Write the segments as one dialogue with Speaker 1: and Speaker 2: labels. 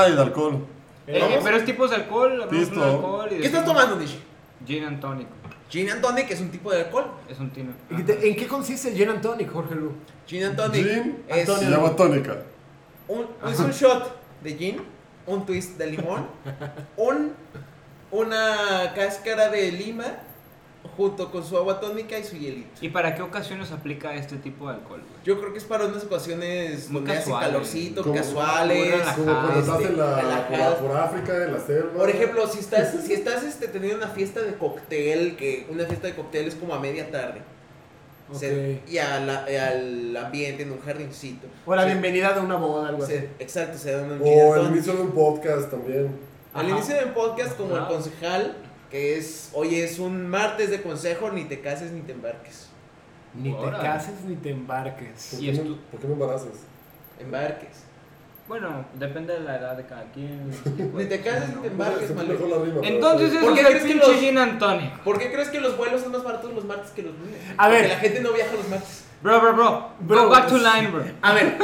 Speaker 1: Ah, y de alcohol.
Speaker 2: Eh,
Speaker 1: Vamos.
Speaker 2: pero es tipos de alcohol, hablamos
Speaker 1: Listo.
Speaker 2: de alcohol y de
Speaker 3: ¿Qué estás tomando, Nishi?
Speaker 2: Gin and tonic,
Speaker 3: Gin and tonic es un tipo de alcohol.
Speaker 2: es un tino.
Speaker 4: ¿Y de- ¿En qué consiste el gin and tonic, Jorge Lu?
Speaker 3: Gin and tonic
Speaker 1: Gin
Speaker 3: es,
Speaker 1: y agua tónica.
Speaker 3: un, es un shot de gin, un twist de limón, un, una cáscara de lima junto con su agua tónica y su hielito.
Speaker 2: ¿Y para qué ocasiones aplica este tipo de alcohol? güey?
Speaker 3: Yo creo que es para unas ocasiones
Speaker 2: Muy
Speaker 3: donde hace
Speaker 2: casuales.
Speaker 3: calorcito,
Speaker 1: Como-
Speaker 3: casuales.
Speaker 2: Muy relajadas.
Speaker 1: Como cuando estás
Speaker 3: este,
Speaker 1: en la, por,
Speaker 3: relajadas.
Speaker 1: la- por África, en la selva.
Speaker 3: Por ejemplo, si estás, si estás este, teniendo una fiesta de cóctel, que una fiesta de cóctel es como a media tarde. Se-
Speaker 4: Ok.
Speaker 3: y a la- al ambiente en un jardincito.
Speaker 4: O la
Speaker 3: Se-
Speaker 4: bienvenida de una boda, algo así.
Speaker 3: se- exacto, se dan un gin and
Speaker 1: O el
Speaker 3: tonic.
Speaker 1: inicio de un podcast también.
Speaker 3: Al
Speaker 4: Ajá.
Speaker 3: inicio del podcast, como el
Speaker 2: Ajá.
Speaker 3: concejal, que es, oye, es un martes de consejo, ni te cases ni te embarques.
Speaker 4: Ni te
Speaker 2: Órale.
Speaker 4: cases ni te embarques.
Speaker 1: ¿Por,
Speaker 2: Y
Speaker 1: qué,
Speaker 2: es
Speaker 1: me,
Speaker 2: tu-
Speaker 1: ¿Por qué me embarazas?
Speaker 3: Embarques.
Speaker 2: Bueno, depende de la edad de este cada quien.
Speaker 3: Ni te cases ni te embarques,
Speaker 1: Se me dejó
Speaker 3: malo.
Speaker 1: la rima. pero-
Speaker 2: Entonces
Speaker 3: ¿Por
Speaker 2: eso
Speaker 3: qué
Speaker 2: es el
Speaker 3: crees que
Speaker 2: pinche
Speaker 3: los-
Speaker 2: gin and tonic.
Speaker 3: ¿Por qué crees que los vuelos son más baratos los martes que los lunes?
Speaker 4: A
Speaker 3: Porque
Speaker 4: ver.
Speaker 3: la gente no viaja los martes.
Speaker 2: Bro, bro, bro.
Speaker 4: Bro,
Speaker 2: Go back to
Speaker 4: sí.
Speaker 2: line, bro.
Speaker 4: A ver,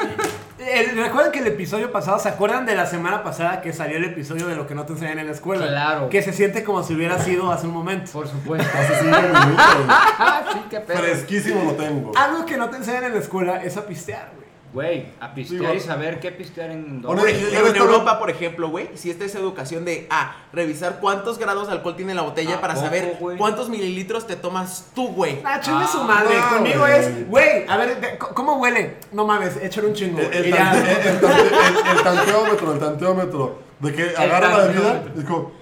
Speaker 4: eh, recuerden que el episodio pasado, ¿se acuerdan de la semana pasada que salió el episodio de lo que no te enseñan en la escuela?
Speaker 2: Claro.
Speaker 4: Que se siente como si hubiera sido hace un momento.
Speaker 2: Por supuesto.
Speaker 1: Hace cinco minutos.
Speaker 2: Ah, sí, qué pedo.
Speaker 1: Fresquísimo lo tengo.
Speaker 2: Ah,
Speaker 4: Algo que no te enseñan en la escuela es a pistear, güey.
Speaker 2: Güey, a pistear
Speaker 1: Digo-
Speaker 2: y saber qué pistear en
Speaker 1: Ahora,
Speaker 2: dónde.
Speaker 1: yo- yo
Speaker 3: Pero en
Speaker 1: estaba-
Speaker 3: Europa, por ejemplo, güey, si esta es educación de ah, revisar cuántos grados de alcohol tiene la botella
Speaker 2: ¿A
Speaker 3: para
Speaker 2: poco,
Speaker 3: saber
Speaker 2: güey?
Speaker 3: cuántos mililitros te tomas tú, güey.
Speaker 4: Ah, chingue
Speaker 2: Ah,
Speaker 4: su madre.
Speaker 1: no,
Speaker 4: Conmigo
Speaker 1: güey.
Speaker 4: es, güey, a ver, de- ¿cómo huele? No mames, échale un chingo.
Speaker 1: El, el
Speaker 4: Y ya.
Speaker 1: tante- el- el tante- el- el tanteómetro, el tanteómetro. De que agarra la bebida
Speaker 2: tanteómetro.
Speaker 1: y dijo: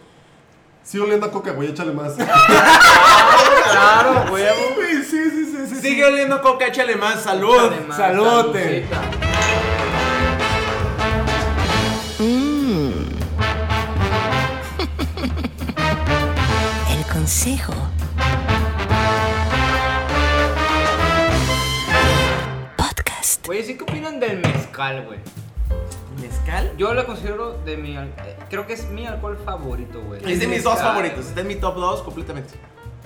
Speaker 1: Sí, oliendo a coca, güey, échale más.
Speaker 3: Claro, Ah, güey.
Speaker 4: Sí, sí, sí, sí, sí.
Speaker 3: Sigue oliendo coca, échale más, salud.
Speaker 2: Además,
Speaker 4: salute.
Speaker 2: saludcita.
Speaker 5: El consejo. Podcast.
Speaker 2: Güey, ¿sí qué opinan del mezcal, güey?
Speaker 3: ¿Mezcal?
Speaker 2: Yo la considero de mi... al- eh, Creo que es mi alcohol favorito, güey.
Speaker 3: Es de
Speaker 2: El
Speaker 3: mis dos
Speaker 2: mezcal.
Speaker 3: favoritos, está en mi top 2 completamente.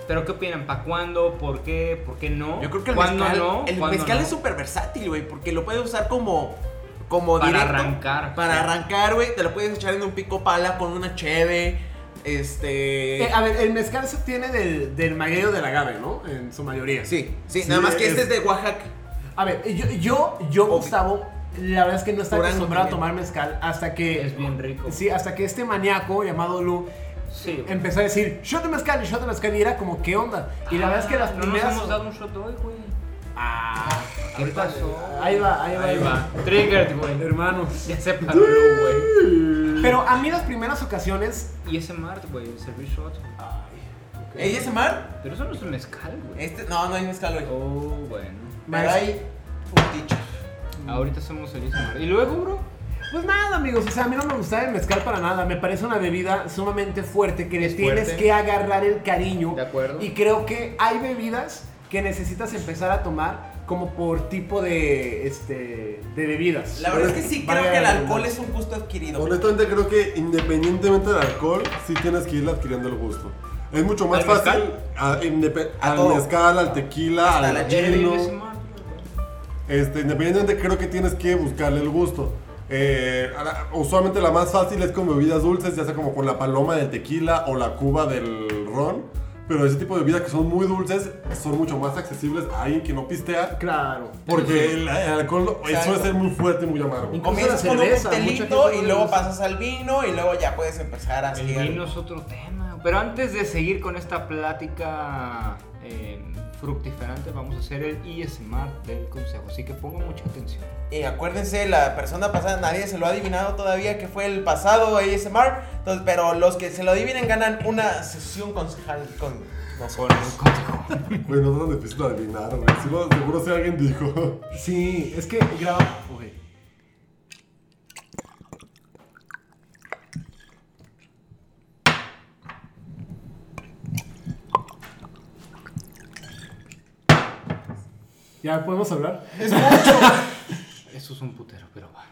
Speaker 2: Pero ¿qué opinan? ¿Para cuándo? ¿Por qué? ¿Por qué no?
Speaker 3: Yo creo que el
Speaker 2: ¿Cuándo
Speaker 3: mezcal,
Speaker 2: no?
Speaker 3: el
Speaker 2: ¿Cuándo
Speaker 3: mezcal
Speaker 2: no?
Speaker 3: es súper versátil, güey, porque lo puedes usar como, como
Speaker 2: Para
Speaker 3: directo,
Speaker 2: arrancar.
Speaker 3: Para arrancar, güey, te lo puedes echar en un pico pala con una cheve, este...
Speaker 4: Eh, a ver, el mezcal se obtiene del, del maguey o del agave, ¿no? En su mayoría.
Speaker 3: sí, sí,
Speaker 1: sí,
Speaker 3: nada más que
Speaker 1: es-
Speaker 3: este es de Oaxaca.
Speaker 4: A ver, yo, yo, yo
Speaker 3: Ok.
Speaker 4: Gustavo, la verdad es que no estaba
Speaker 3: Durango
Speaker 4: acostumbrado a
Speaker 3: también.
Speaker 4: tomar mezcal hasta que...
Speaker 2: Es bien rico.
Speaker 4: Sí, hasta que este maníaco llamado Lu
Speaker 2: Sí. güey.
Speaker 4: empezó a decir, shot de mezcal, shot de mezcal, y era como, ¿qué onda? Y la verdad es que las
Speaker 2: Ah, No
Speaker 4: primeras...
Speaker 2: nos hemos dado un shot hoy, güey.
Speaker 4: Ah,
Speaker 2: ¿Qué pasó?
Speaker 4: ahí va, ahí va,
Speaker 2: Ahí va. Triggered, güey.
Speaker 4: Hermanos.
Speaker 2: Ya se paró, güey.
Speaker 4: Pero a mí las primeras ocasiones...
Speaker 2: Y ese mart, güey, serví shot.
Speaker 3: ¿Ella es mar?
Speaker 2: Ah, Pero eso no es un mezcal, güey.
Speaker 3: Este, no, no hay mezcal, hoy.
Speaker 2: Oh, bueno.
Speaker 3: Pero hay un dicho.
Speaker 2: Ahorita somos el ese mart. ¿Y luego, bro?
Speaker 4: Pues nada, amigos, o sea, a mí no me gusta el mezcal para nada. Me parece una bebida sumamente fuerte que le
Speaker 2: Es
Speaker 4: tienes
Speaker 2: fuerte.
Speaker 4: que agarrar el cariño.
Speaker 2: De acuerdo.
Speaker 4: Y creo que hay bebidas que necesitas empezar a tomar como por tipo de, este, de bebidas.
Speaker 3: La verdad es que sí creo
Speaker 4: Vaya
Speaker 3: que el
Speaker 4: la
Speaker 3: alcohol es
Speaker 4: redundancia.
Speaker 3: un gusto adquirido. güey.
Speaker 1: Honestamente, creo que independientemente del alcohol, sí tienes que ir adquiriendo el gusto. Es mucho más
Speaker 3: ¿Al
Speaker 1: fácil
Speaker 3: mezcal?
Speaker 1: a- indepe-
Speaker 3: A
Speaker 1: al
Speaker 3: todo.
Speaker 1: mezcal, al tequila,
Speaker 3: Hasta
Speaker 1: al
Speaker 3: la cheve.
Speaker 1: vino.
Speaker 2: El ese mart, güey.
Speaker 1: Este, independientemente, creo que tienes que buscarle el gusto. Eh, a la- usualmente la más fácil es con bebidas dulces, ya sea como con la paloma del tequila o la cuba del ron. Pero ese tipo de bebidas que son muy dulces son mucho más accesibles a alguien que no pistea.
Speaker 4: Claro.
Speaker 1: Porque el, el alcohol eh,
Speaker 3: Exacto.
Speaker 1: suele ser muy fuerte y muy amargo.
Speaker 4: Incluso
Speaker 3: Comienzas
Speaker 4: la
Speaker 3: con un
Speaker 4: cerveza, mucha
Speaker 3: coctelito
Speaker 4: gente
Speaker 3: y
Speaker 4: no
Speaker 3: luego
Speaker 4: le gusta.
Speaker 3: pasas al vino y luego ya puedes empezar a
Speaker 2: El
Speaker 3: seguir.
Speaker 2: vino es otro tema. Pero antes de seguir con esta plática eh, fructiferante, vamos a hacer el ESMART del consejo. Así que pongan mucha atención.
Speaker 3: Y acuérdense, la persona pasada, nadie se lo ha adivinado todavía que fue el pasado ASMR. Entonces, pero los que se lo adivinen ganan una sesión concejal con nosotros.
Speaker 1: Güey, no es tan difícil de adivinar, güey. Sí lo- seguro si alguien dijo.
Speaker 4: Sí, es que graba. ok. ¿Ya podemos hablar?
Speaker 2: Eso es un putero, pero va.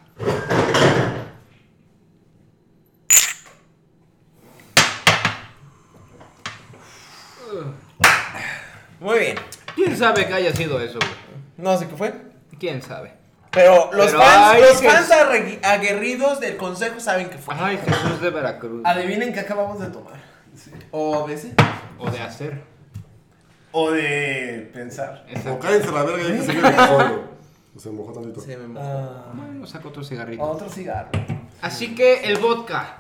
Speaker 3: Muy bien.
Speaker 2: ¿Quién sabe que haya sido eso, güey?
Speaker 3: No sé qué fue.
Speaker 2: ¿Quién sabe?
Speaker 3: Pero los
Speaker 2: Pero
Speaker 3: fans,
Speaker 2: ay,
Speaker 3: los
Speaker 2: que-
Speaker 3: fans arre- aguerridos del consejo saben que fue.
Speaker 2: Ay, Jesús de Veracruz.
Speaker 4: Adivinen qué acabamos de tomar. Sí.
Speaker 3: O de ese.
Speaker 2: O de hacer.
Speaker 4: O de pensar.
Speaker 1: O
Speaker 2: Exacto.
Speaker 1: cállense la verga, ya que se quede solo. Se mojó tantito.
Speaker 3: Se me mojó.
Speaker 4: Ah,
Speaker 2: Bueno, saco otro cigarrito.
Speaker 4: otro cigarro.
Speaker 2: Así que el vodka.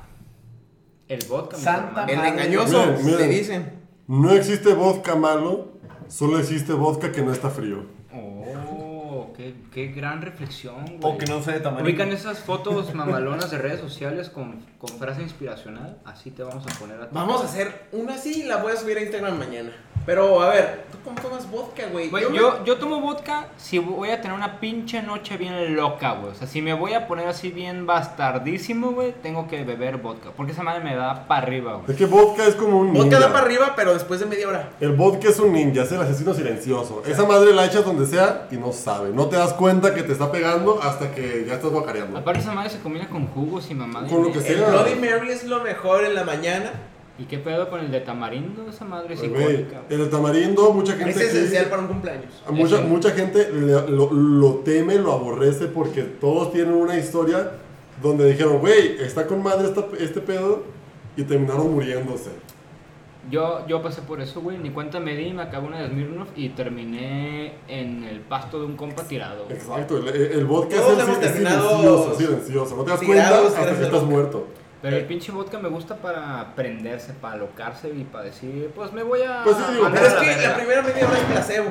Speaker 2: El vodka. mi
Speaker 4: Santa
Speaker 2: hermano.
Speaker 3: El
Speaker 4: madre.
Speaker 3: engañoso,
Speaker 1: Miren, miren.
Speaker 3: le dicen.
Speaker 1: No existe vodka malo, solo existe vodka que no está frío.
Speaker 2: Oh, qué, qué gran reflexión, güey.
Speaker 4: O que no sea de tamarindo.
Speaker 2: Ubican esas fotos mamalonas de redes sociales con, con frase inspiracional. Así te vamos a poner a ti.
Speaker 3: Vamos a hacer una así y la voy a subir a Instagram mañana. Pero a ver, ¿tú cómo tomas vodka, güey?
Speaker 2: Güey,
Speaker 3: me-
Speaker 2: yo, yo tomo vodka si voy a tener una pinche noche bien loca, güey. O sea, si me voy a poner así bien bastardísimo, güey, tengo que beber vodka. Porque esa madre me da para arriba, güey.
Speaker 1: Es que vodka es como un ninja.
Speaker 3: Vodka da para arriba, pero después de media hora.
Speaker 1: El vodka es un ninja, es el asesino silencioso. Esa madre la echas donde sea y no sabe. No te das cuenta que te está pegando hasta que ya estás guacareando.
Speaker 2: Aparte, esa madre se combina con jugos y mamá.
Speaker 1: Con lo que
Speaker 3: El
Speaker 1: sea.
Speaker 3: Bloody Mary es lo mejor en la mañana.
Speaker 2: ¿Y qué pedo con el de tamarindo? Esa madre es
Speaker 1: Ay, Pues, güey, eh.
Speaker 2: icónica. güey.
Speaker 1: el tamarindo, mucha gente.
Speaker 3: Es
Speaker 1: aquí-
Speaker 3: esencial para un cumpleaños.
Speaker 1: a mucha,
Speaker 2: Sí.
Speaker 1: mucha gente le- lo, lo teme, lo aborrece porque todos tienen una historia donde dijeron, güey, está con madre esta- este pedo y terminaron muriéndose.
Speaker 2: Yo, yo pasé por eso, güey. Ni cuenta me di, me acabé una de Smirnoff y terminé en el pasto de un compa tirado. güey.
Speaker 1: Exacto, el, el vodka
Speaker 3: Todos
Speaker 1: es, el-
Speaker 3: hemos
Speaker 1: es
Speaker 3: terminado
Speaker 1: silencioso, silencioso. No te das cuenta
Speaker 3: tirados
Speaker 1: hasta
Speaker 3: gracias
Speaker 1: que
Speaker 3: al
Speaker 1: estás
Speaker 3: vodka.
Speaker 1: muerto.
Speaker 2: Pero el pinche vodka me gusta para prenderse, para alocarse y para decir, pues me voy a.
Speaker 1: Pues sí, digo,
Speaker 2: mandar
Speaker 3: Pero
Speaker 2: a la
Speaker 3: es que
Speaker 2: verga. ¿Eh?
Speaker 3: la primera media hora es placebo.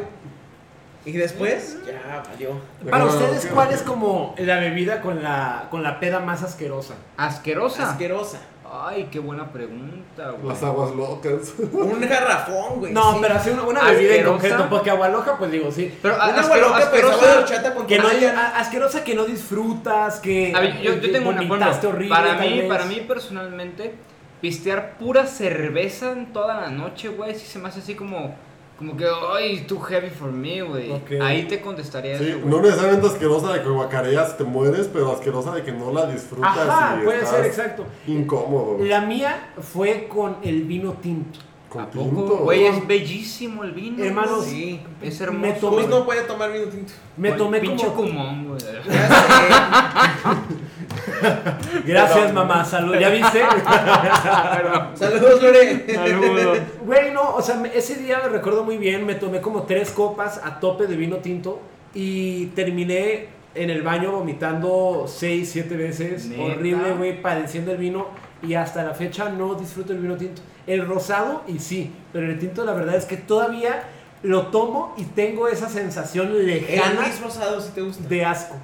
Speaker 3: Y después, ya valió.
Speaker 4: Para
Speaker 1: No,
Speaker 4: ustedes,
Speaker 1: no,
Speaker 4: ¿cuál
Speaker 1: no.
Speaker 4: es como la bebida con la, con la peda más asquerosa?
Speaker 2: ¿Asquerosa?
Speaker 3: Asquerosa.
Speaker 2: Ay, qué buena pregunta, güey.
Speaker 1: Las aguas locas.
Speaker 3: Un garrafón, güey.
Speaker 4: No,
Speaker 3: Pues sí.
Speaker 4: pero así una, una bebida en
Speaker 2: ¿Asquerosa?
Speaker 4: concreto, porque agua loja, pues digo, sí.
Speaker 2: Pero a-
Speaker 3: Una
Speaker 2: asquero-
Speaker 3: agua loca, pero
Speaker 2: asquerosa-
Speaker 3: sabe a horchata con
Speaker 4: Que no,
Speaker 3: toalla.
Speaker 4: a- asquerosa que no disfrutas, que
Speaker 2: A ver, yo, yo
Speaker 4: que
Speaker 2: tengo una bueno,
Speaker 4: vomitaste horrible,
Speaker 2: Para
Speaker 4: tal
Speaker 2: mí,
Speaker 4: vez.
Speaker 2: para mí personalmente, pistear pura cerveza en toda la noche, güey, sí se me hace así como, como que, ay, too heavy for me, güey.
Speaker 4: Ok.
Speaker 2: Ahí te contestaría
Speaker 1: Sí,
Speaker 2: eso, güey.
Speaker 1: no necesariamente asquerosa de que guacareas te mueres, pero asquerosa de que no la disfrutas.
Speaker 4: Ajá,
Speaker 1: y
Speaker 4: puede
Speaker 1: estás
Speaker 4: ser, exacto.
Speaker 1: Incómodo.
Speaker 4: La mía fue con el vino tinto.
Speaker 1: Con
Speaker 2: ¿A poco?
Speaker 1: tinto.
Speaker 2: Güey, es bellísimo el vino.
Speaker 4: Hermanos,
Speaker 2: sí. es hermoso.
Speaker 4: me tomé-
Speaker 2: güey.
Speaker 3: Gus no puede tomar vino tinto.
Speaker 4: Me
Speaker 2: Güey,
Speaker 4: tomé
Speaker 2: pinche
Speaker 4: como...
Speaker 2: cumón, güey.
Speaker 3: Ya
Speaker 4: Gracias, mamá, salud. ¿Ya viste?
Speaker 3: sé. eh. Saludos, Lore.
Speaker 2: Saludos.
Speaker 4: Güey, no, o sea, me- ese día me recuerdo muy bien, me tomé como tres copas a tope de vino tinto y terminé en el baño vomitando seis, siete veces.
Speaker 2: Neta.
Speaker 4: Horrible, güey, padeciendo el vino y hasta la fecha no disfruto el vino tinto. El rosado y sí, pero el tinto la verdad es que todavía lo tomo y tengo esa sensación
Speaker 3: El
Speaker 4: lejana
Speaker 3: Luis Rosado, si te gusta.
Speaker 4: de asco.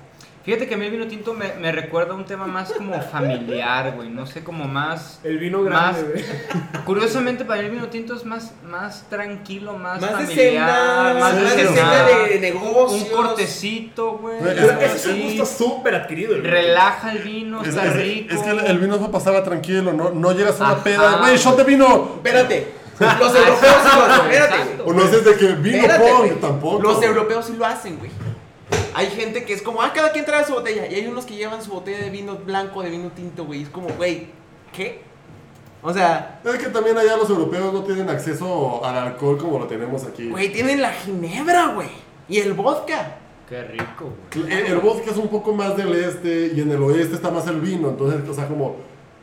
Speaker 2: Fíjate que a mí el vino tinto me, me recuerda a un tema más como familiar, güey. No sé, como más...
Speaker 4: El vino
Speaker 2: Más-
Speaker 4: grande, güey.
Speaker 2: Curiosamente para mí el vino tinto es más, más tranquilo, más,
Speaker 3: Más de
Speaker 2: familiar,
Speaker 3: cena,
Speaker 2: más de
Speaker 1: más de
Speaker 2: cenar,
Speaker 3: cena de
Speaker 2: un
Speaker 3: negocios.
Speaker 2: cortecito, güey.
Speaker 1: Pero
Speaker 4: Pero
Speaker 2: algo
Speaker 4: ese es un
Speaker 2: así.
Speaker 4: gusto súper adquirido. el vino.
Speaker 2: Relaja el vino,
Speaker 1: Es,
Speaker 2: está
Speaker 1: es-
Speaker 2: rico.
Speaker 1: es que el, el vino es para pasarla tranquilo, no, no llegas a una
Speaker 2: Ajá.
Speaker 1: peda, güey, shot de vino.
Speaker 3: Espérate. Los europeos sí lo hacen. Espérate.
Speaker 2: Exacto.
Speaker 1: O no es de que vino
Speaker 3: Espérate,
Speaker 1: pong
Speaker 3: güey.
Speaker 1: tampoco.
Speaker 3: Los europeos sí lo hacen, güey. Hay gente que es como, ah, cada quien trae su botella. Y hay unos que llevan su botella de vino blanco, de vino tinto, güey. Es como, güey, ¿qué? O sea,
Speaker 1: Es que también allá los europeos no tienen acceso al alcohol como lo tenemos aquí.
Speaker 3: güey, tienen la ginebra, güey. Y el vodka.
Speaker 2: Qué rico, güey.
Speaker 1: El, el vodka es un poco más del este y en el oeste está más el vino, entonces, o sea, como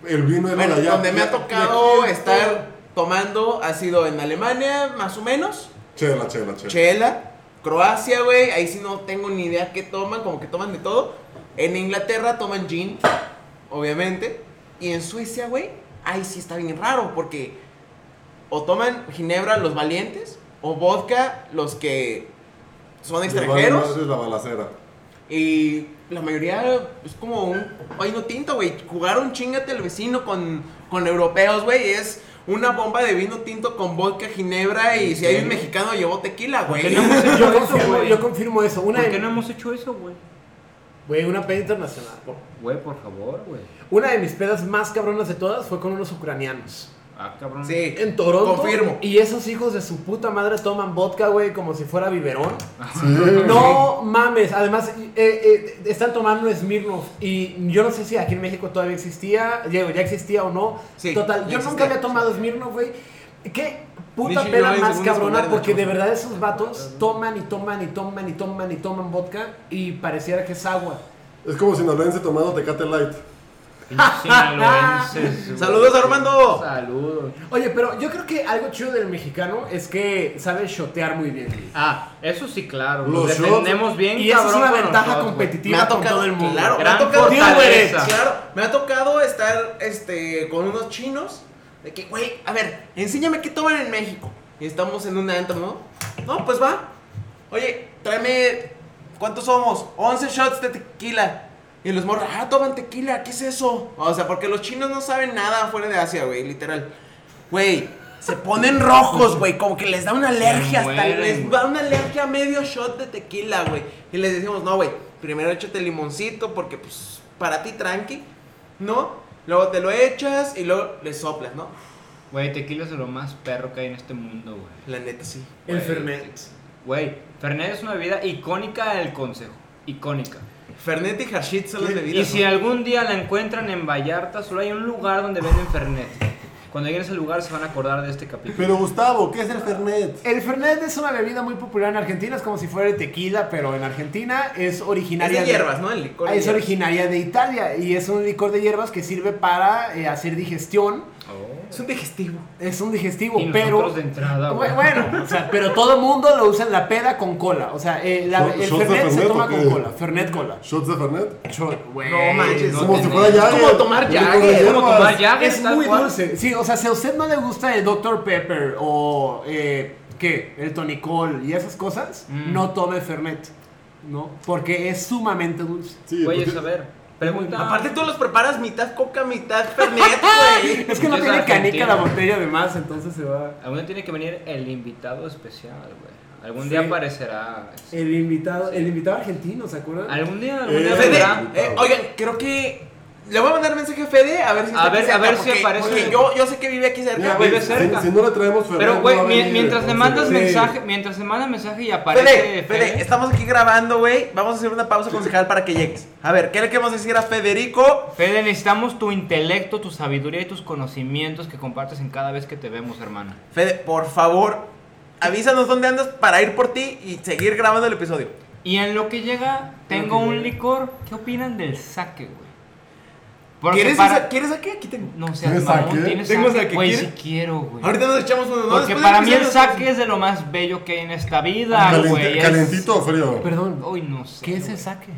Speaker 1: el vino es
Speaker 3: Bueno,
Speaker 1: de allá.
Speaker 3: donde me
Speaker 1: Y-
Speaker 3: ha
Speaker 1: y
Speaker 3: tocado
Speaker 1: aquí-
Speaker 3: estar tomando ha sido en Alemania, más o menos.
Speaker 1: Chela, chela, chela.
Speaker 3: Chela, Croacia, güey. Ahí sí no tengo ni idea qué toman, como que toman de todo. En Inglaterra toman gin, obviamente. Y en Suecia, güey, ahí sí está bien raro, porque o toman ginebra los valientes, o vodka los que son
Speaker 1: Les vale
Speaker 3: extranjeros.
Speaker 1: madres la balacera.
Speaker 3: Y la mayoría es como un no tinto, güey. Jugar un chingate al vecino con, con europeos, güey, es una bomba de vino tinto con vodka, ginebra y si hay un mexicano llevó tequila,
Speaker 2: Que
Speaker 3: güey.
Speaker 2: no hemos hecho
Speaker 4: Yo
Speaker 2: eso,
Speaker 4: confirmo,
Speaker 2: güey.
Speaker 4: yo confirmo eso. Una,
Speaker 2: ¿Por qué no hemos hecho eso, güey?
Speaker 4: Güey, una peda internacional. por-
Speaker 2: Güey, por favor, güey.
Speaker 4: Una de mis pedas más cabronas de todas fue con unos ucranianos.
Speaker 2: Ah, cabrón.
Speaker 3: Sí,
Speaker 4: En Toronto.
Speaker 3: Confirmo.
Speaker 4: Y esos hijos de su puta madre toman vodka, güey, como si fuera biberón.
Speaker 1: Sí.
Speaker 4: No mames. Además, eh, eh, están tomando Smirnoff. Y yo no sé si aquí en México todavía existía. Diego, ya existía o no.
Speaker 3: Sí,
Speaker 4: Total, yo
Speaker 3: ya existía.
Speaker 4: nunca había tomado Smirnoff, güey. ¿Qué? puta
Speaker 3: Nishi
Speaker 4: pena
Speaker 3: Joy,
Speaker 4: más
Speaker 3: según es
Speaker 4: cabrona
Speaker 3: moderna,
Speaker 4: porque de
Speaker 3: chavo.
Speaker 4: verdad esos vatos toman y toman y toman y toman y toman vodka y pareciera que es agua.
Speaker 1: Es como si sinaloense tomando Tecate Light.
Speaker 2: Sinaloenses, güey.
Speaker 3: Saludos, Armando.
Speaker 2: Saludos.
Speaker 4: Oye, pero yo creo que algo chido del mexicano es que sabe shotear muy bien. güey.
Speaker 2: Ah, eso sí, claro.
Speaker 1: Los
Speaker 2: Los
Speaker 1: shots.
Speaker 2: defendemos bien,
Speaker 4: Y eso es
Speaker 2: cabrón,
Speaker 4: una
Speaker 2: con los
Speaker 4: ventaja
Speaker 2: shots, güey.
Speaker 4: competitiva con todo el mundo.
Speaker 3: Claro, me
Speaker 2: Gran
Speaker 3: ha tocado,
Speaker 2: fortaleza.
Speaker 3: claro, me ha tocado estar este, con unos chinos. De que, güey, a ver, enséñame qué toman en México. Y estamos en un antro, ¿no? No, pues va. Oye, tráeme. ¿Cuántos somos? 11 shots de tequila. Y los morros, ah, toman tequila, ¿qué es eso? O sea, porque los chinos no saben nada fuera de Asia, güey, literal. Güey, se ponen rojos, güey, como que les da una alergia hasta
Speaker 2: mueren,
Speaker 3: les
Speaker 2: güey.
Speaker 3: da una alergia a medio shot de tequila, güey. Y les decimos, no, güey, primero échate limoncito porque, pues, para ti tranqui, ¿no? Luego te lo echas y luego le soplas, ¿no?
Speaker 2: Güey, tequila es de lo más perro que hay en este mundo, güey.
Speaker 3: La neta, sí.
Speaker 4: El
Speaker 2: Güey,
Speaker 4: ferment.
Speaker 2: Güey, Fernet es una bebida icónica del consejo. Icónica.
Speaker 3: Fernet y Hashit son las bebidas.
Speaker 2: Y si
Speaker 3: ¿no?
Speaker 2: algún día la encuentran en Vallarta, solo hay un lugar donde venden Fernet. Cuando lleguen a ese lugar se van a acordar de este capítulo.
Speaker 1: Pero Gustavo, ¿qué es el Fernet?
Speaker 4: El Fernet es una bebida muy popular en Argentina, es como si fuera el tequila, pero en Argentina es
Speaker 3: Es
Speaker 4: originaria
Speaker 3: de hierbas, ¿no? El licor.
Speaker 4: Ah,
Speaker 3: de
Speaker 4: es
Speaker 3: hierbas.
Speaker 4: originaria de Italia y es un licor de hierbas que sirve para eh, hacer digestión.
Speaker 2: Oh.
Speaker 3: Es un digestivo.
Speaker 4: Es un digestivo,
Speaker 2: Y
Speaker 4: oh, pero.
Speaker 2: nosotros de entrada, güey.
Speaker 4: Bu- bueno, o sea, pero todo el mundo lo usa en la peda con cola. O sea, eh, la-
Speaker 1: ¿Son-
Speaker 4: el
Speaker 1: shots de
Speaker 4: Fernet se
Speaker 1: Fernet o
Speaker 4: toma
Speaker 1: qué?
Speaker 4: con cola. Fernet cola.
Speaker 1: ¿Shots de Fernet?
Speaker 3: No manches,
Speaker 2: no
Speaker 3: es
Speaker 1: como si
Speaker 2: tenés-
Speaker 1: fuera
Speaker 3: Es
Speaker 1: Jagger.
Speaker 3: como tomar
Speaker 1: Un licor de
Speaker 3: Jagger.
Speaker 2: Es como
Speaker 1: hierbas.
Speaker 2: tomar Jagger,
Speaker 4: Es
Speaker 2: tal
Speaker 4: muy
Speaker 2: cual.
Speaker 4: dulce. Sí, o sea, si a usted no le gusta el Dr. Pepper o. eh, ¿Qué? El tonicol y esas cosas,
Speaker 2: Mm.
Speaker 4: no tome Fernet. ¿No? Porque es sumamente dulce.
Speaker 1: Sí,
Speaker 2: Güey,
Speaker 1: porque-
Speaker 2: a ver. Pregunta.
Speaker 3: Aparte, tú los preparas mitad coca, mitad Fernet, güey.
Speaker 4: Es que no
Speaker 2: Es
Speaker 4: tiene canica
Speaker 2: Argentina.
Speaker 4: la botella además, entonces se va.
Speaker 2: Algún día tiene que venir el invitado especial, güey. Algún
Speaker 4: Sí. Eh,
Speaker 2: día aparecerá.
Speaker 4: El invitado, el invitado argentino, ¿se acuerdan?
Speaker 2: Algún día, algún
Speaker 1: Eh,
Speaker 2: día
Speaker 3: Fede,
Speaker 2: vendrá.
Speaker 3: eh, oigan, creo que. Le voy a mandar mensaje a Fede a ver si
Speaker 2: A
Speaker 3: está
Speaker 2: ver-
Speaker 3: aquí
Speaker 2: a ver
Speaker 3: cerca,
Speaker 2: si aparece.
Speaker 3: Porque yo, yo sé que vive aquí cerca.
Speaker 1: Mira,
Speaker 2: vive
Speaker 1: güey,
Speaker 2: cerca.
Speaker 1: Si, si no le traemos Fernet.
Speaker 2: Pero, güey,
Speaker 1: no va a
Speaker 2: mi-
Speaker 1: venir,
Speaker 2: mientras le
Speaker 1: entonces-
Speaker 2: mandas
Speaker 1: Sí.
Speaker 2: mensaje, mientras le mandas mensaje y
Speaker 3: Fede,
Speaker 2: aparece.
Speaker 3: Fede, estamos aquí grabando, güey. Vamos a hacer una pausa concejal para que llegues. A ver, ¿qué le queremos decir a Federico?
Speaker 2: Fede, necesitamos tu intelecto, tu sabiduría y tus conocimientos que compartes en cada vez que te vemos, hermano.
Speaker 3: Fede, por favor, avísanos dónde andas para ir por ti y seguir grabando el episodio.
Speaker 2: Y en lo que llega, tengo un licor. ¿Qué opinan del saque, güey? Porque
Speaker 3: ¿Quieres,
Speaker 2: para-
Speaker 3: esa- ¿Quieres aquí? Aquí tengo.
Speaker 2: No seas
Speaker 1: ¿Tienes
Speaker 2: mamón,
Speaker 1: saque?
Speaker 2: tienes
Speaker 3: Tengo
Speaker 2: saque,
Speaker 3: saque,
Speaker 2: güey, si
Speaker 3: ¿quieres?
Speaker 2: quiero, güey.
Speaker 3: Ahorita nos echamos uno, ¿no?
Speaker 2: Porque
Speaker 3: Después
Speaker 2: para
Speaker 3: del
Speaker 2: mí el
Speaker 3: episodio nos-
Speaker 2: saque es de lo más bello que hay en esta vida,
Speaker 1: Calent-
Speaker 2: güey. es-
Speaker 1: ¿Calentito o frío?
Speaker 4: Perdón,
Speaker 2: Uy, no sé.
Speaker 4: ¿qué es
Speaker 2: güey.
Speaker 4: el saque?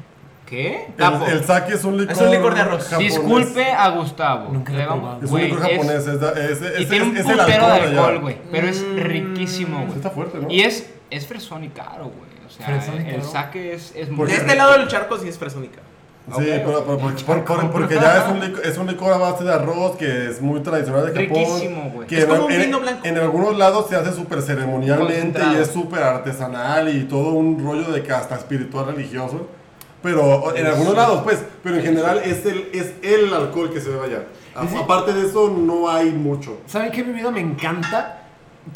Speaker 2: ¿Qué? Tapo.
Speaker 1: El, el sake es un licor.
Speaker 3: Es un licor de arroz.
Speaker 1: japonés.
Speaker 2: Disculpe a Gustavo.
Speaker 4: Nunca lo
Speaker 2: Le
Speaker 4: he
Speaker 2: vamos-
Speaker 4: probado.
Speaker 1: Es un
Speaker 2: güey,
Speaker 1: licor
Speaker 2: es-
Speaker 1: japonés. Es, da- es, es,
Speaker 2: Y tiene un
Speaker 1: es- es el
Speaker 2: putero de
Speaker 1: allá.
Speaker 2: alcohol, güey. Pero es
Speaker 4: Mm.
Speaker 2: riquísimo, güey.
Speaker 1: Está fuerte, ¿no?
Speaker 2: Y es, es fresón y caro, güey. O sea,
Speaker 4: Fresón y
Speaker 2: el
Speaker 4: caro.
Speaker 2: saque es, es muy
Speaker 1: Porque-
Speaker 3: De este
Speaker 2: rico.
Speaker 3: lado del charco sí es presónica.
Speaker 1: Sí,
Speaker 2: Ok.
Speaker 1: pero, pero- porque- por- por- porque ya es un, licor, es un licor a base de arroz que es muy tradicional de Japón.
Speaker 2: Riquísimo, güey.
Speaker 1: que
Speaker 3: Es como
Speaker 1: en-
Speaker 3: un
Speaker 1: en-
Speaker 3: vino blanco.
Speaker 1: En algunos lados se hace súper ceremonialmente y
Speaker 2: Concentrado.
Speaker 1: es súper artesanal y todo un rollo de que hasta espiritual religioso. Pero en algunos lados, pues. Pero en general es el, es el alcohol que se bebe allá. A-
Speaker 4: Sí.
Speaker 1: Aparte de eso, no hay mucho.
Speaker 4: ¿Saben qué bebida me encanta?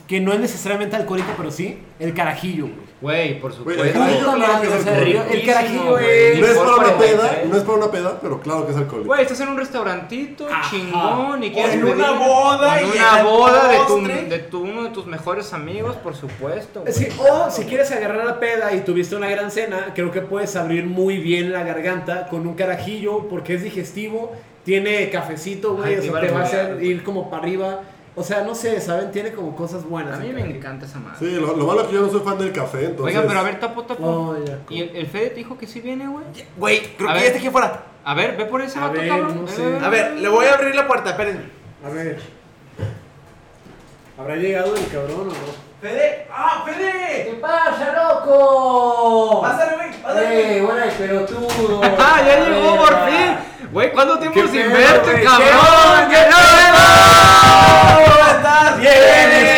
Speaker 4: Que no es necesariamente alcohólica, pero sí, el carajillo, güey.
Speaker 2: Güey, por
Speaker 1: Güey,
Speaker 2: supuesto.
Speaker 1: el carajillo,
Speaker 4: Puta
Speaker 1: claro que
Speaker 4: madre,
Speaker 1: es
Speaker 4: o sea,
Speaker 1: alcohol.
Speaker 4: el
Speaker 2: Riquísimo,
Speaker 4: carajillo
Speaker 2: güey.
Speaker 4: es-
Speaker 1: No es
Speaker 2: Licor
Speaker 1: para una
Speaker 2: 43.
Speaker 1: peda, no es para una peda, pero claro que es alcohol.
Speaker 2: ¿eh? Güey, estás en un restaurantito
Speaker 4: Ajá.
Speaker 2: chingón y
Speaker 3: O
Speaker 2: quieres
Speaker 3: en una
Speaker 2: pedir-
Speaker 3: boda
Speaker 2: o en
Speaker 3: y
Speaker 2: una
Speaker 3: el
Speaker 2: boda de, tu,
Speaker 3: postre.
Speaker 2: de tu- uno de tus mejores amigos, por supuesto. güey.
Speaker 4: Sí, o si quieres agarrar la peda y tuviste una gran cena, creo que puedes abrir muy bien la garganta con un carajillo porque es digestivo, tiene cafecito, güey,
Speaker 2: Ay,
Speaker 4: o
Speaker 2: te
Speaker 4: sea,
Speaker 2: iba a
Speaker 4: te va a
Speaker 2: rodear,
Speaker 4: hacer
Speaker 2: güey.
Speaker 4: ir como para arriba. O sea, no sé, ¿saben? Tiene como cosas buenas.
Speaker 2: A mí
Speaker 4: el
Speaker 2: me
Speaker 4: carajillo.
Speaker 2: encanta esa madre.
Speaker 1: Sí, lo, lo malo es que yo no soy fan del café, entonces.
Speaker 2: Oigan, pero a ver, tapo, tapo.
Speaker 4: Oh, ya.
Speaker 2: ¿Y el, el Fede te dijo que sí viene, güey?
Speaker 3: Güey, creo
Speaker 2: A
Speaker 3: que
Speaker 2: ver.
Speaker 3: ya está aquí afuera.
Speaker 2: A ver, ve por ese
Speaker 4: A
Speaker 2: vato,
Speaker 4: ver,
Speaker 2: cabrón.
Speaker 4: no
Speaker 2: Ve,
Speaker 4: sé.
Speaker 2: ve, ve.
Speaker 3: A ver, le voy a abrir la puerta, espérenme.
Speaker 4: A ver. ¿Habrá llegado el cabrón o no?
Speaker 3: Fede, ah, Fede.
Speaker 4: pasa, loco?
Speaker 3: Pásale, güey, pásale.
Speaker 4: bueno, pero tú.
Speaker 2: ¡Ah, ya llegó por fin! Güey, ¿cuánto tiempo
Speaker 4: Qué
Speaker 2: sin
Speaker 4: pedo,
Speaker 2: verte,
Speaker 4: güey.
Speaker 2: cabrón?
Speaker 4: Qué
Speaker 2: ¡Qué
Speaker 4: pedo,
Speaker 2: pedo!
Speaker 3: ¿Cómo estás?
Speaker 4: Bien, bien.
Speaker 3: ¿eh?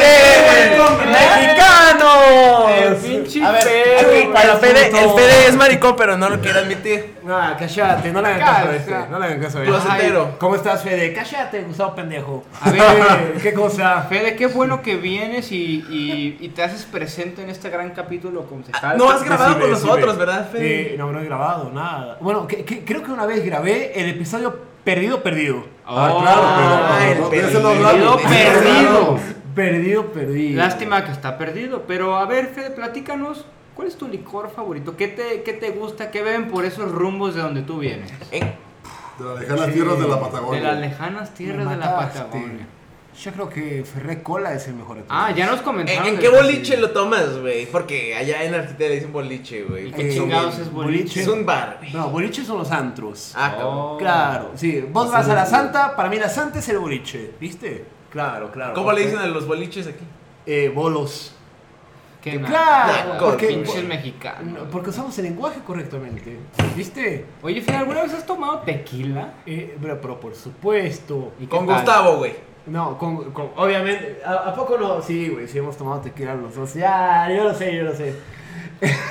Speaker 2: El
Speaker 4: ¡Mexicanos!
Speaker 2: pinche
Speaker 3: A ver,
Speaker 2: pedo,
Speaker 3: aquí,
Speaker 2: güey.
Speaker 3: para el Fede, el
Speaker 4: puto.
Speaker 3: Fede es maricón, pero no lo quiere admitir.
Speaker 4: Ah, cállate, no le hagan caso a este.
Speaker 2: Cállate.
Speaker 4: No le hagan caso a
Speaker 3: Los-
Speaker 4: este.
Speaker 3: Closetero.
Speaker 4: ¿Cómo estás, Fede? Cállate, Gustavo pendejo.
Speaker 2: A ver.
Speaker 4: ¿qué cosa?
Speaker 2: Fede, qué bueno que vienes y, y- y te haces presente en este gran capítulo concejal.
Speaker 3: No has grabado con
Speaker 4: Decime,
Speaker 3: nosotros,
Speaker 4: decime.
Speaker 3: ¿verdad,
Speaker 4: Eh,
Speaker 3: Fede?
Speaker 4: no, no he grabado nada. Bueno, que- que- creo que una vez grabé el episodio Perdido Perdido.
Speaker 1: Ah, claro, pero.
Speaker 3: Ah,
Speaker 1: pero
Speaker 3: el
Speaker 1: no, de ese
Speaker 3: perdido,
Speaker 1: no hablamos.
Speaker 2: perdido.
Speaker 1: Claro.
Speaker 4: Perdido, perdido.
Speaker 2: Lástima que está perdido, pero a ver, Fede, platícanos, ¿cuál es tu licor favorito? ¿Qué te, qué te gusta? ¿Qué beben por esos rumbos de donde tú vienes?
Speaker 3: En-
Speaker 1: De las lejanas tierras de la
Speaker 2: De las
Speaker 1: Patagonia.
Speaker 2: lejanas
Speaker 6: Me
Speaker 2: tierras de la
Speaker 6: mataste.
Speaker 2: Patagonia.
Speaker 6: Yo creo que Ferré Cola es el mejor de todos.
Speaker 2: Ah, ya nos
Speaker 3: ¿En,
Speaker 2: comentaron.
Speaker 3: en
Speaker 2: de-
Speaker 3: qué boliche lo tomas, güey? Porque allá en Argentina le dicen boliche, güey.
Speaker 2: ¿Y qué
Speaker 6: Eh,
Speaker 2: chingados es boliche?
Speaker 3: Es un bar, güey.
Speaker 6: No, boliches son los antros.
Speaker 3: Ah, cabrón.
Speaker 2: Oh.
Speaker 6: Claro, sí. Vos vas a la santa, para mí la santa es el boliche, ¿viste? Claro, claro.
Speaker 3: ¿Cómo le dicen a los boliches aquí?
Speaker 6: Eh, bolos.
Speaker 2: Qué
Speaker 6: Claro,
Speaker 2: mal,
Speaker 3: porque-
Speaker 2: pinches
Speaker 6: No,
Speaker 2: mexicanos.
Speaker 6: Porque usamos el lenguaje correctamente, ¿viste?
Speaker 2: Oye, Fede, ¿alguna vez has tomado tequila?
Speaker 6: Eh, pero, pero por supuesto.
Speaker 2: ¿Y qué
Speaker 3: Con
Speaker 2: tal?
Speaker 3: Gustavo, güey.
Speaker 6: No, con, con- obviamente, ¿a, a poco no? Sí, güey, sí hemos tomado tequila los dos. Ya, yo lo sé, yo lo sé.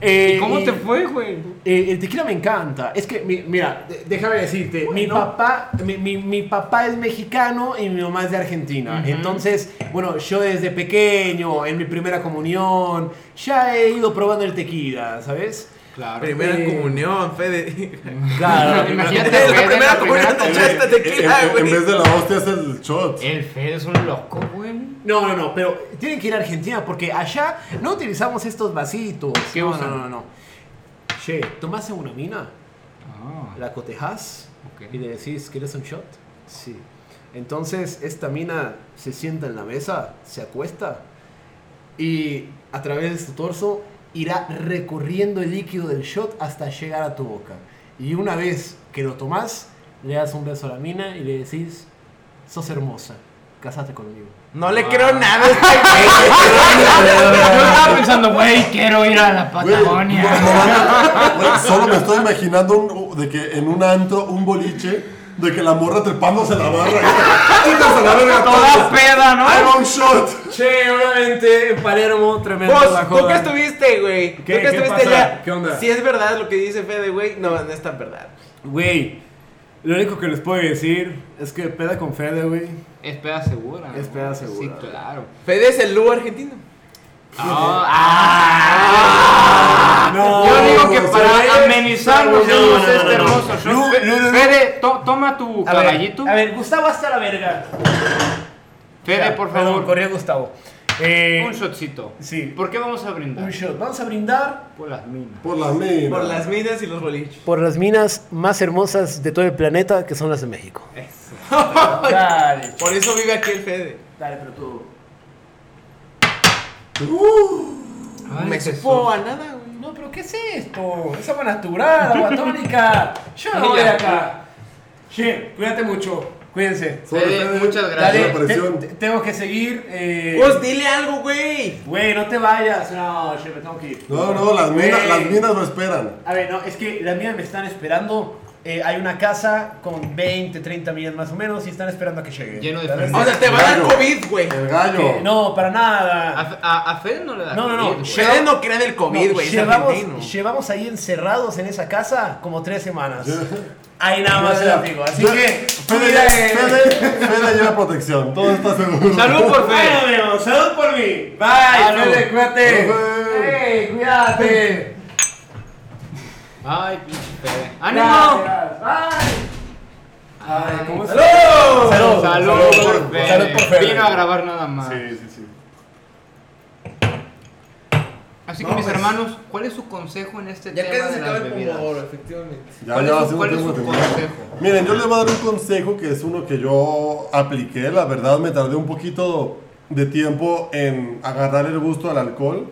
Speaker 6: Eh,
Speaker 2: ¿Y cómo
Speaker 6: y-
Speaker 2: te fue, güey?
Speaker 6: Eh, el tequila me encanta. Es que, mi- mira, de- déjame decirte, mi,
Speaker 2: Bueno.
Speaker 6: papá, mi, mi- mi papá es mexicano y mi mamá es de Argentina.
Speaker 2: Ujú.
Speaker 6: Entonces, bueno, yo desde pequeño, en mi primera comunión, ya he ido probando el tequila, ¿sabes?
Speaker 2: Claro.
Speaker 3: Primera
Speaker 6: Eh.
Speaker 3: comunión, Fede.
Speaker 6: Claro.
Speaker 2: Imagínate,
Speaker 3: Es la
Speaker 2: Fede,
Speaker 3: primera comunión
Speaker 1: En,
Speaker 3: de
Speaker 1: en-
Speaker 3: Chester tequila,
Speaker 1: en- en
Speaker 3: güey.
Speaker 1: vez de la hostia es el
Speaker 4: Eh,
Speaker 1: shot.
Speaker 2: El Fede es un loco, güey.
Speaker 6: No, no, no, pero tienen que ir a Argentina porque allá no utilizamos estos vasitos.
Speaker 2: ¿Qué
Speaker 6: no,
Speaker 2: usan?
Speaker 6: no, no, no. Che, tomaste una mina,
Speaker 2: Ah,
Speaker 6: la cotejas
Speaker 2: ok.
Speaker 6: y le decís, ¿quieres un shot? Sí. Entonces esta mina se sienta en la mesa, se acuesta y a través de su torso irá recorriendo el líquido del shot hasta llegar a tu boca. Y una vez que lo tomás, le das un beso a la mina y le decís, sos hermosa, casate conmigo.
Speaker 3: No le creo nada a este güey.
Speaker 2: Yo estaba pensando, güey, quiero ir a la Patagonia.
Speaker 1: Güey, no, no, no, Ah, güey, solo me estoy imaginando un- de que en un antro, un boliche, de que la morra trepándose la barra. Chicos, a la verga
Speaker 2: Toda
Speaker 1: todos.
Speaker 2: peda, ¿no?
Speaker 1: Haga un shot.
Speaker 4: Che, obviamente en Palermo, tremendo la
Speaker 3: Vos, tú que
Speaker 4: joda.
Speaker 3: estuviste, güey. Tú
Speaker 4: ¿Qué?
Speaker 3: que
Speaker 4: ¿Qué
Speaker 3: estuviste
Speaker 4: pasa?
Speaker 3: allá.
Speaker 4: ¿Qué onda?
Speaker 3: Si es verdad lo que dice Fede, güey. No, no es tan verdad.
Speaker 4: Güey, lo único que les puedo decir
Speaker 6: Es que peda con Fede, güey.
Speaker 2: Es peda segura.
Speaker 6: Es
Speaker 2: ¿no?
Speaker 6: peda segura.
Speaker 2: Sí, claro.
Speaker 3: Fede es el Lu argentino.
Speaker 2: No, ah,
Speaker 4: No,
Speaker 2: yo digo que
Speaker 1: no,
Speaker 2: para
Speaker 4: no,
Speaker 2: amenizar
Speaker 4: no,
Speaker 2: los
Speaker 4: no,
Speaker 2: niños
Speaker 4: no, no,
Speaker 2: este
Speaker 4: no, no.
Speaker 2: hermoso show. Fe- Fede, to- toma tu caballito.
Speaker 4: A ver, Gustavo hasta la verga.
Speaker 2: Fede, por
Speaker 4: Perdón,
Speaker 2: favor,
Speaker 4: corrió Gustavo. Eh,
Speaker 2: un shotcito.
Speaker 4: Sí.
Speaker 2: ¿Por qué vamos a brindar?
Speaker 6: Un shot. Vamos a brindar
Speaker 2: Por las minas.
Speaker 1: Por la mina.
Speaker 3: Por las minas y los boliches.
Speaker 6: por las minas más hermosas de todo el planeta, que son las de México.
Speaker 4: Dale,
Speaker 3: Por eso vive aquí el Fede.
Speaker 4: dale, pero tú.
Speaker 3: Me supo a nada, güey.
Speaker 4: No, pero ¿qué es esto? Es agua natural, agua tónica. Yo no voy de acá. Che, cuídate mucho. Cuídense.
Speaker 1: Sobre
Speaker 2: Fede,
Speaker 1: Fede,
Speaker 2: muchas
Speaker 1: la
Speaker 2: gracias.
Speaker 4: Dale,
Speaker 1: aparición.
Speaker 4: te- te- tengo que seguir. eh,
Speaker 3: Vos, dile algo, güey.
Speaker 4: Güey, no te vayas. No, che, me tengo que ir.
Speaker 1: No, no, las minas,
Speaker 4: Güey.
Speaker 1: las minas no esperan.
Speaker 4: A ver, no, es que las mías me están esperando. Eh, hay una casa con 20, 30 millas más o menos y están esperando a que llegue.
Speaker 2: Lleno de
Speaker 4: ¿Sabes?
Speaker 2: fresas.
Speaker 3: O sea, te va a dar
Speaker 1: Claro.
Speaker 3: COVID, güey.
Speaker 1: El gallo.
Speaker 4: Que- Eh, No, para
Speaker 2: A,
Speaker 4: nada.
Speaker 2: a, a Fede no le da
Speaker 4: No, no, no,
Speaker 2: COVID, güey.
Speaker 4: shot.
Speaker 3: Fede no cree del COVID,
Speaker 4: No,
Speaker 3: güey. es argentino.
Speaker 4: llevamos, llevamos ahí encerrados en esa casa como tres semanas. Ahí nada más se
Speaker 1: Ya,
Speaker 4: la digo. Así
Speaker 1: ya.
Speaker 4: que.
Speaker 1: Fede, Fede, Fede lleva protección. Todo está seguro.
Speaker 2: Salud por Fede.
Speaker 4: Bueno, amigo, salud por mí. Bye,
Speaker 2: Salud.
Speaker 4: Fede, cuídate.
Speaker 1: Salud.
Speaker 4: Ey, cuídate.
Speaker 2: Ay, pinche Fede.
Speaker 4: Gracias.
Speaker 2: ¡Ánimo!
Speaker 4: Bye.
Speaker 2: Ay,
Speaker 4: ¿Cómo
Speaker 2: salud.
Speaker 4: estás?
Speaker 2: Salud, por
Speaker 1: Salud.
Speaker 2: Fede.
Speaker 4: Salud por Fede.
Speaker 2: Vino a grabar nada más.
Speaker 1: Sí, sí, sí.
Speaker 2: Así que
Speaker 3: No,
Speaker 2: mis
Speaker 3: pues.
Speaker 2: hermanos, ¿cuál es su consejo en este
Speaker 3: Ya
Speaker 2: tema
Speaker 3: casi se
Speaker 2: de
Speaker 3: acaba
Speaker 2: las
Speaker 3: el
Speaker 2: bebidas?
Speaker 3: pomodoro, efectivamente.
Speaker 1: Ya,
Speaker 2: ¿Cuál
Speaker 1: ya
Speaker 2: es
Speaker 1: va
Speaker 2: su-
Speaker 1: siendo
Speaker 2: cuál es
Speaker 1: tiempo
Speaker 2: su
Speaker 1: de terminar.
Speaker 2: consejo?
Speaker 1: Miren, yo les voy a dar un consejo que es uno que yo apliqué. La verdad, me tardé un poquito de tiempo en agarrar el gusto al alcohol.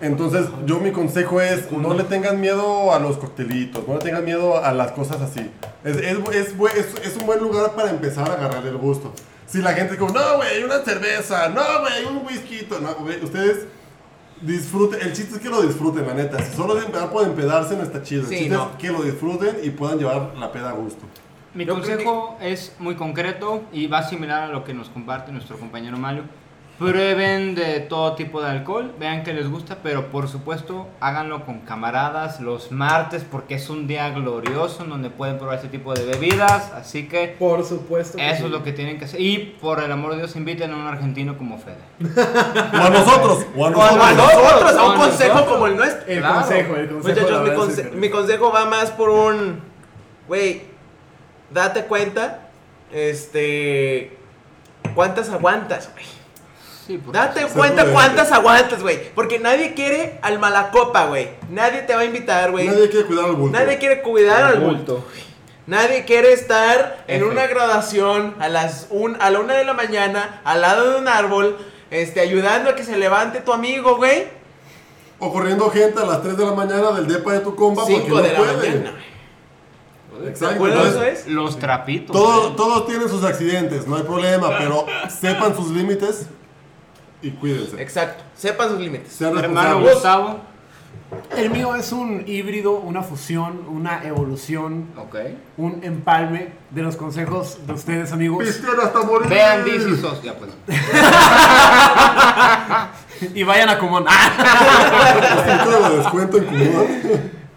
Speaker 1: Entonces, yo mi consejo es, no le tengan miedo a los coctelitos, no le tengan miedo a las cosas así. Es, es, es bu- es- es un buen lugar para empezar a agarrar el gusto. Si la gente es como, no, güey, hay una cerveza, no, güey, hay un whisky, no, güey, ustedes disfruten, el chiste es que lo disfruten, la neta. Si solo de empedar por empedarse no está chido. El
Speaker 3: Sí,
Speaker 1: chiste
Speaker 3: no.
Speaker 1: es que lo disfruten y puedan llevar la peda a gusto.
Speaker 2: Mi
Speaker 3: Yo creo
Speaker 2: consejo es muy concreto y va similar a lo que nos comparte nuestro compañero Mario. Prueben de todo tipo de alcohol, vean que les gusta, pero por supuesto háganlo con camaradas los martes porque es un día glorioso en donde pueden probar este tipo de bebidas, así que
Speaker 4: Por supuesto. que
Speaker 2: eso
Speaker 4: sí.
Speaker 2: es lo que tienen que hacer. Y por el amor de Dios inviten a un argentino como Fede.
Speaker 1: O a nosotros, o a nosotros.
Speaker 3: A nosotros, a
Speaker 2: No,
Speaker 3: un consejo
Speaker 2: nosotros.
Speaker 3: como el nuestro.
Speaker 4: El
Speaker 2: Claro.
Speaker 4: consejo, el consejo. la
Speaker 3: Muchachos, mi,
Speaker 4: verdad,
Speaker 3: conse-
Speaker 4: sí, pero-
Speaker 3: mi consejo va más por un. Güey, date cuenta. Este. ¿Cuántas aguantas, güey?
Speaker 2: Sí, por
Speaker 3: Date
Speaker 1: Se
Speaker 3: cuenta
Speaker 1: puede.
Speaker 3: cuántas aguantas, güey. Porque nadie quiere al malacopa, güey. Nadie te va a invitar, güey.
Speaker 1: Nadie quiere cuidar al bulto.
Speaker 3: Nadie quiere cuidar al bulto. Nadie quiere estar en
Speaker 2: Efe.
Speaker 3: una graduación a las un, a la una de la mañana al lado de un árbol, este, ayudando a que se levante tu amigo, güey.
Speaker 1: O corriendo gente a las 3 de la mañana del depa de tu compa porque
Speaker 3: Cinco
Speaker 1: no
Speaker 3: de la
Speaker 1: puede.
Speaker 3: mañana. güey. ¿Te
Speaker 1: Exacto.
Speaker 3: acuerdas de eso
Speaker 1: entonces,
Speaker 3: es?
Speaker 2: Los trapitos.
Speaker 1: todo-
Speaker 2: güey.
Speaker 1: todos tienen sus accidentes, no hay problema, pero sepan sus límites y cuídense.
Speaker 3: Exacto. Sepan sus límites.
Speaker 1: Sean
Speaker 2: Hermano
Speaker 1: responsables.
Speaker 2: Gustavo.
Speaker 4: El mío es un híbrido, una fusión, una evolución,
Speaker 2: Ok.
Speaker 4: un empalme de los consejos de ustedes, amigos.
Speaker 1: Pistean hasta morir.
Speaker 2: Vean This Is Us. Ya pues.
Speaker 4: Y vayan a Común. Ah.
Speaker 1: Cinco de descuento en Cuba.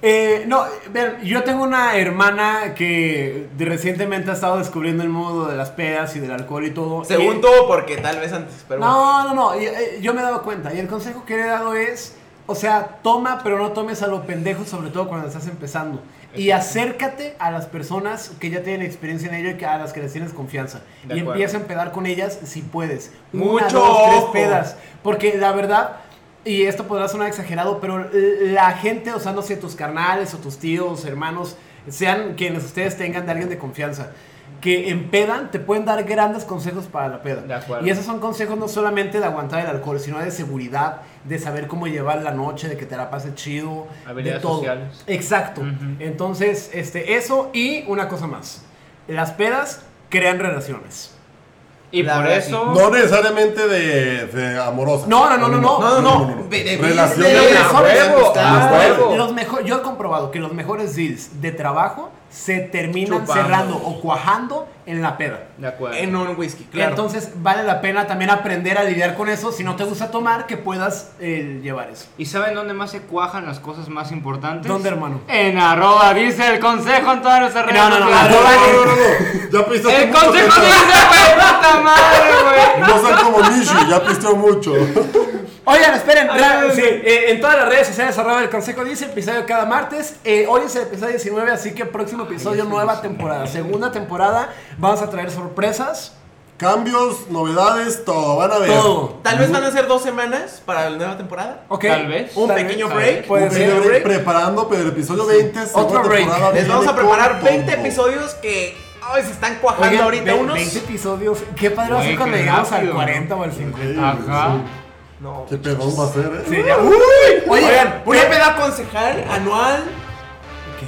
Speaker 4: Eh, no, ver, yo tengo una hermana que de- recientemente ha estado descubriendo el mundo de las pedas y del alcohol y todo.
Speaker 3: Según
Speaker 4: Eh,
Speaker 3: tú, porque tal vez antes, pero bueno.
Speaker 4: No, no, no, y- eh, yo me he dado cuenta. Y el consejo que le he dado es, o sea, toma, pero no tomes a lo pendejo, sobre todo cuando estás empezando. Y acércate a las personas que ya tienen experiencia en ello y que- a las que les tienes confianza.
Speaker 2: De
Speaker 4: y
Speaker 2: acuerdo.
Speaker 4: empieza a empedar con ellas si puedes. Una,
Speaker 3: Mucho
Speaker 4: dos, tres
Speaker 3: ojo.
Speaker 4: pedas. Porque la verdad... Y esto podrá sonar exagerado, pero eh, la gente, o sea, no sé, tus carnales o tus tíos, hermanos, sean quienes ustedes tengan de alguien de confianza, que empedan, te pueden dar grandes consejos para la peda.
Speaker 2: De acuerdo.
Speaker 4: Y esos son consejos no solamente de aguantar el alcohol, sino de seguridad, de saber cómo llevar la noche, de que te la pases chido, de
Speaker 2: Habilidades
Speaker 4: todo.
Speaker 2: sociales.
Speaker 4: Exacto.
Speaker 2: Ujú.
Speaker 4: Entonces, este, eso y una cosa más. Las pedas crean relaciones.
Speaker 2: Y
Speaker 3: La
Speaker 2: por
Speaker 3: verdad,
Speaker 2: eso.
Speaker 1: No necesariamente de, de amorosa.
Speaker 4: No, no, no, no, no.
Speaker 3: No, no, no. De- de-
Speaker 1: Relaciones.
Speaker 3: de- de-
Speaker 1: amorosas.
Speaker 3: de-
Speaker 2: huevo,
Speaker 1: a huevo.
Speaker 4: Los mejo- yo he comprobado que los mejores deals de trabajo se terminan
Speaker 3: Chupando.
Speaker 4: cerrando o cuajando en la peda.
Speaker 2: De acuerdo.
Speaker 3: En un whisky, claro.
Speaker 4: Entonces vale la pena también aprender a lidiar con eso. Si no te gusta tomar, que puedas eh, llevar eso.
Speaker 2: ¿Y saben dónde más se cuajan las cosas más importantes?
Speaker 4: ¿Dónde, hermano?
Speaker 2: En arroba dice el consejo en todas nuestras redes
Speaker 4: No, no, no,
Speaker 1: No,
Speaker 2: sociales.
Speaker 1: no, no, no, no. Ya pisteaste
Speaker 2: El
Speaker 1: mucho,
Speaker 2: consejo
Speaker 1: Pepe.
Speaker 2: dice, güey, puta madre, güey.
Speaker 1: No sean como Nishi, ya pisteó mucho.
Speaker 4: Oigan, esperen,
Speaker 7: Ah,
Speaker 4: ra-
Speaker 7: sí.
Speaker 4: sí, eh, en todas las redes sociales arroba el consejo dice episodio cada martes. Eh, hoy es el episodio 19, así que próximo episodio, nueva temporada. Segunda temporada, vamos a traer sorpresas.
Speaker 1: Cambios, novedades, todo. Van a ver.
Speaker 4: Todo.
Speaker 3: Tal vez van a ser dos semanas para la nueva temporada.
Speaker 4: Ok.
Speaker 2: Tal vez.
Speaker 3: Un
Speaker 4: Tal
Speaker 3: pequeño
Speaker 4: vez.
Speaker 3: break.
Speaker 4: Puede
Speaker 1: Un
Speaker 4: ser.
Speaker 1: video
Speaker 3: break.
Speaker 1: preparando, pero el episodio 20 segunda
Speaker 4: Otro break.
Speaker 1: temporada
Speaker 3: Les
Speaker 1: viene
Speaker 3: vamos a
Speaker 1: con
Speaker 3: preparar
Speaker 1: todo.
Speaker 3: 20 episodios que ay, se están cuajando
Speaker 4: Oigan,
Speaker 3: ahorita
Speaker 4: ve-
Speaker 3: unos.
Speaker 4: 20 episodios. Qué padre va a ser
Speaker 2: Güey,
Speaker 4: cuando
Speaker 2: qué
Speaker 4: llegamos al
Speaker 2: rápido.
Speaker 4: 40 o al 50.
Speaker 1: Sí,
Speaker 2: Ajá.
Speaker 1: sí. Qué pedón va a ser, eh.
Speaker 4: Oye,
Speaker 3: Oigan, voy
Speaker 4: oye,
Speaker 3: a pedir concejal anual.
Speaker 4: ¿qué?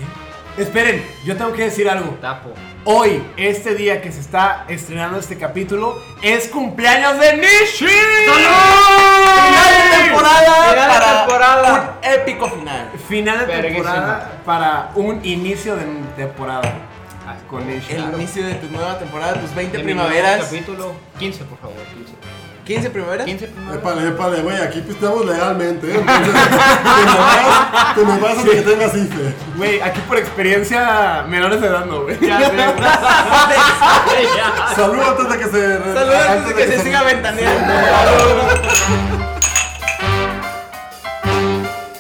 Speaker 4: esperen, yo tengo que decir algo.
Speaker 2: Tapo.
Speaker 4: Hoy, este día que se está estrenando este capítulo, es cumpleaños de Nishi.
Speaker 3: Final de temporada
Speaker 2: Final de
Speaker 3: para
Speaker 2: temporada.
Speaker 3: un épico final.
Speaker 4: Final de
Speaker 2: Verguísima.
Speaker 4: temporada para un inicio de temporada
Speaker 2: Ah,
Speaker 4: con Nishi.
Speaker 3: El inicio de tu nueva temporada, tus 20
Speaker 2: De mi nuevo
Speaker 3: primaveras.
Speaker 2: Capítulo 15, por favor. 15.
Speaker 3: 15 primaveras.
Speaker 2: 15 primaveras.
Speaker 1: Épale, épale, güey, aquí pisteamos legalmente, ¿eh? Entonces, te me vas, te me vas hasta que tengas IFE.
Speaker 4: Güey, aquí por experiencia menores de edad no, güey.
Speaker 2: Ya sé.
Speaker 1: Salud antes de que se... re-
Speaker 3: Saludos antes de que se siga ventaneando.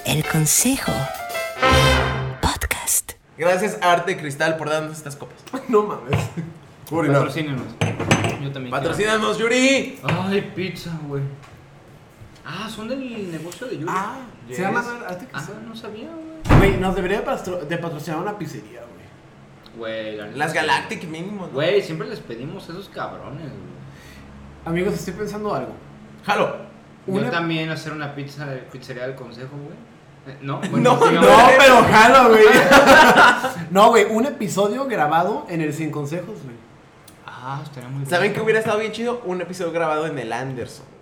Speaker 5: El consejo. Podcast.
Speaker 3: Gracias a Arte Cristal por darnos estas copas.
Speaker 4: No mames.
Speaker 1: Orinar.
Speaker 2: Patrocínenos. Yo también.
Speaker 3: Patrocínanos, Yuri.
Speaker 2: quiero. Ay, pizza, güey. Ah, son del negocio de Yuri. Ah,
Speaker 4: Se llama ¿a ti qué
Speaker 2: ah
Speaker 4: son?
Speaker 2: no sabía, güey.
Speaker 4: Güey, nos debería de patro- de patrocinar una pizzería, güey.
Speaker 2: Güey, la neta
Speaker 3: Las
Speaker 2: sí.
Speaker 3: Galactic mínimo. ¿no?
Speaker 2: Güey, siempre les pedimos a esos cabrones, güey.
Speaker 4: Amigos, estoy pensando algo.
Speaker 3: Jalo.
Speaker 2: Yo
Speaker 4: Una-
Speaker 2: también hacer una pizza de pizzería del consejo, güey. Eh, No,
Speaker 3: No,
Speaker 2: sigamos.
Speaker 4: No, pero jalo, güey. No, güey, un episodio grabado en el Sin Consejos, güey.
Speaker 2: Ah, estaría muy bien.
Speaker 3: ¿Saben que hubiera estado bien chido? Un episodio grabado en el Anderson.